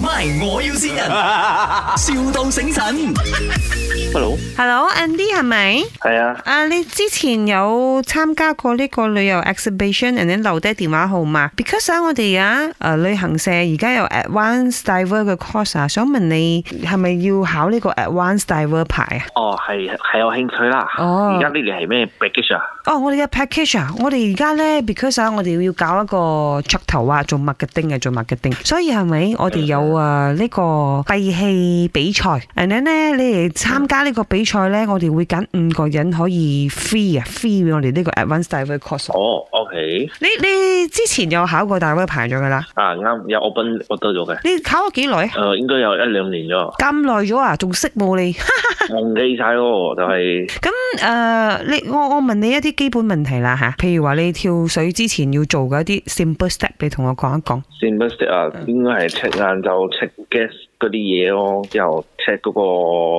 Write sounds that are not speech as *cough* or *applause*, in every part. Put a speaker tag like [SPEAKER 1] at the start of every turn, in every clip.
[SPEAKER 1] MY，我要先人，, *laughs* 笑到醒神。
[SPEAKER 2] Hello，
[SPEAKER 3] Hello，Andy 係咪？
[SPEAKER 2] 係啊，
[SPEAKER 3] 啊，你之前有參加過呢個旅遊 exhibition，人哋留低電話號碼。Because 啊我哋啊，誒旅行社而家有 advanced diver 嘅 course 啊，想問你係咪要考呢個 advanced diver 牌啊？
[SPEAKER 2] 哦係係有興趣啦。
[SPEAKER 3] 哦
[SPEAKER 2] 而家呢年係咩 b a c k a g e 啊？
[SPEAKER 3] 哦，我哋嘅 package 啊，我哋而家咧，because 啊，我哋要搞一個噱頭啊，做 marketing 嘅，做 marketing，所以係咪我哋有啊呢個閉氣比賽？and then 咧，你哋參加呢個比賽咧，我哋會揀五個人可以 free 啊，free 我哋呢個 advanced diver course。
[SPEAKER 2] 哦，OK，
[SPEAKER 3] 你你之前有考過大威牌咗噶啦？
[SPEAKER 2] 啊啱，有 open 我得咗嘅。
[SPEAKER 3] 你考咗幾耐？啊
[SPEAKER 2] 誒、應該有一兩年咗，
[SPEAKER 3] 咁耐咗啊，仲識冇你？
[SPEAKER 2] 忘記晒咯，就係、
[SPEAKER 3] 咁誒、呃你我我問你一啲基本問題啦吓，譬如話你跳水之前要做嘅一啲 simple step，你同我講一講。
[SPEAKER 2] s i m b s t 啊，應該係 check 晏晝 check gas 嗰啲嘢咯，之後 check 嗰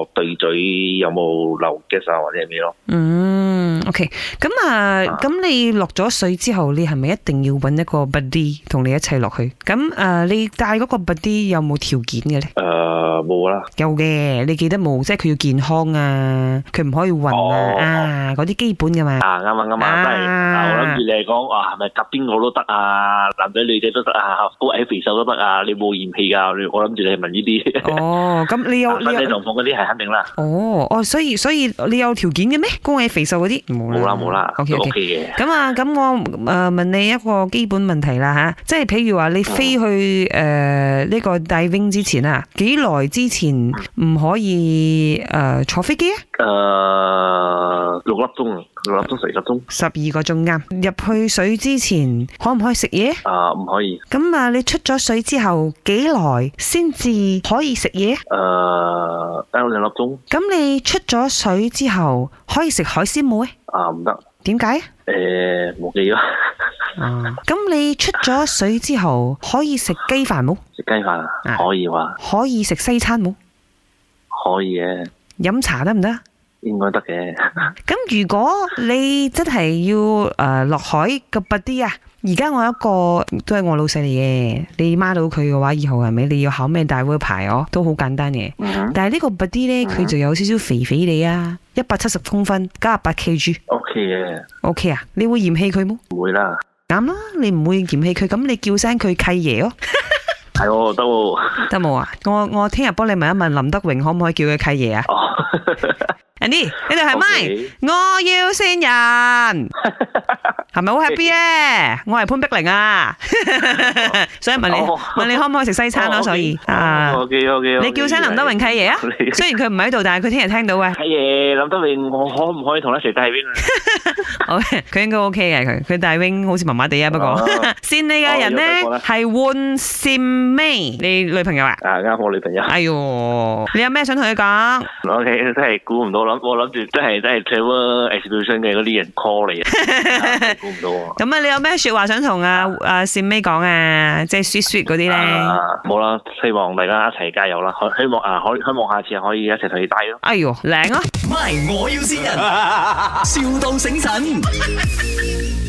[SPEAKER 2] 個對嘴有冇漏 gas 啊或者係咩咯。
[SPEAKER 3] 嗯，OK，咁啊，
[SPEAKER 2] 啊
[SPEAKER 3] 咁你落咗水之後，你係咪一定要揾一個 buddy 同你一齊落去？咁啊，你帶嗰個 buddy 有冇條件嘅呢？
[SPEAKER 2] 誒呃冇啦，
[SPEAKER 3] 有嘅，你記得冇？即係佢要健康啊，佢唔可以暈啊，
[SPEAKER 2] 哦
[SPEAKER 3] 啊嗰啲基本噶嘛。
[SPEAKER 2] 啊啱啊啱啊，真係
[SPEAKER 3] 啊
[SPEAKER 2] 啊我諗住你係講啊係咪夾邊個都得啊，男仔女仔都得啊，高矮肥瘦都得啊，你冇嫌棄㗎，你我諗住你係問呢啲。
[SPEAKER 3] 哦，咁你有
[SPEAKER 2] 身
[SPEAKER 3] 你
[SPEAKER 2] 體
[SPEAKER 3] 有
[SPEAKER 2] 狀況嗰啲係肯定
[SPEAKER 3] À,
[SPEAKER 2] 啦，
[SPEAKER 3] 哦哦，所以所以你有條件嘅咩？高矮肥瘦嗰啲
[SPEAKER 2] 冇啦冇啦，
[SPEAKER 3] OK
[SPEAKER 2] 都
[SPEAKER 3] OK
[SPEAKER 2] OK。嘅。
[SPEAKER 3] 咁啊，咁我誒、呃、問你一個基本問題啦吓，即係譬如話你飛去誒呢、個 diving 之前啊，幾耐之前唔可以誒、呃坐飛機啊？
[SPEAKER 2] 誒六粒鐘，六粒鐘十二粒鐘，
[SPEAKER 3] 十二個鐘啱入去水之前，可唔可以食嘢？
[SPEAKER 2] 啊唔可以。
[SPEAKER 3] 咁啊，你出咗水之後幾耐先至可以食嘢？
[SPEAKER 2] Ờ, 誒得兩粒鐘，
[SPEAKER 3] 咁你出咗水之後可以食海鮮冇咧？
[SPEAKER 2] 啊唔得。
[SPEAKER 3] 點解啊？
[SPEAKER 2] 誒冇記咯， *laughs*
[SPEAKER 3] 啊咁你出咗水之後可以食雞飯冇？
[SPEAKER 2] 食雞飯啊
[SPEAKER 3] 啊
[SPEAKER 2] 可以話
[SPEAKER 3] 可以食西餐冇？
[SPEAKER 2] 可以嘅，
[SPEAKER 3] 飲茶得唔得啊？
[SPEAKER 2] 應該得嘅。
[SPEAKER 3] 咁如果你真係要誒落、海個拔啲啊，而家我有一個都係我老細嚟嘅，你孖到佢嘅話，以後係咪你要考咩大會牌哦？都好簡單嘅。
[SPEAKER 2] 嗯
[SPEAKER 3] 但係呢個拔啲呢，佢就有少少肥肥地啊，一百七十公分，加八 kg。
[SPEAKER 2] ，OK 嘅，
[SPEAKER 3] OK 啊，你會嫌棄佢冇？
[SPEAKER 2] 唔會啦。
[SPEAKER 3] 啱啦，你唔會嫌棄佢，咁你叫聲佢契爺咯，
[SPEAKER 2] 係喎，得喎。
[SPEAKER 3] 得冇啊？我我聽日幫你問一問林德榮可唔可以叫佢契爺啊
[SPEAKER 2] 哦，
[SPEAKER 3] ？Andy，呢度係
[SPEAKER 2] Ờ. OK
[SPEAKER 3] 咪？我要
[SPEAKER 2] *laughs*
[SPEAKER 3] 先人，係咪好 happy 咧？我係潘碧玲啊， *laughs* 所以問你
[SPEAKER 2] 哦
[SPEAKER 3] 問你可唔可以食西餐咯？所以啊，
[SPEAKER 2] Ờ, ，OK OK，
[SPEAKER 3] 你叫聲林德榮契
[SPEAKER 2] *laughs*
[SPEAKER 3] 爺啊！雖然佢唔喺度，但係佢聽日聽到啊，
[SPEAKER 2] 契爺，林德榮，我可唔可以同你一齊帶邊啊？
[SPEAKER 3] 好佢應該 OK 嘅佢，佢大 wing 好似麻麻地啊，不過 *laughs*
[SPEAKER 2] 哦
[SPEAKER 3] 善你嘅人
[SPEAKER 2] 哦有睇過
[SPEAKER 3] 呢，
[SPEAKER 2] 啦
[SPEAKER 3] 係換善妹，你女朋友啊？
[SPEAKER 2] 啊，啱我女朋友。
[SPEAKER 3] 哎呦，你有咩想同佢講？
[SPEAKER 2] 我哋真係估唔到，諗我諗住真係真係 travel exhibition 嘅嗰啲人 call 你啊，估唔到啊！
[SPEAKER 3] 咁啊，你有咩说話想同啊啊善妹講啊？即係 sweet sweet 嗰啲咧？
[SPEAKER 2] 啊，冇啦，希望大家一齊加油啦！可希望啊，可希望下次可以一齊同你帶咯。
[SPEAKER 3] 哎呦，靚啊！
[SPEAKER 1] MY，我要先人，,笑到醒神。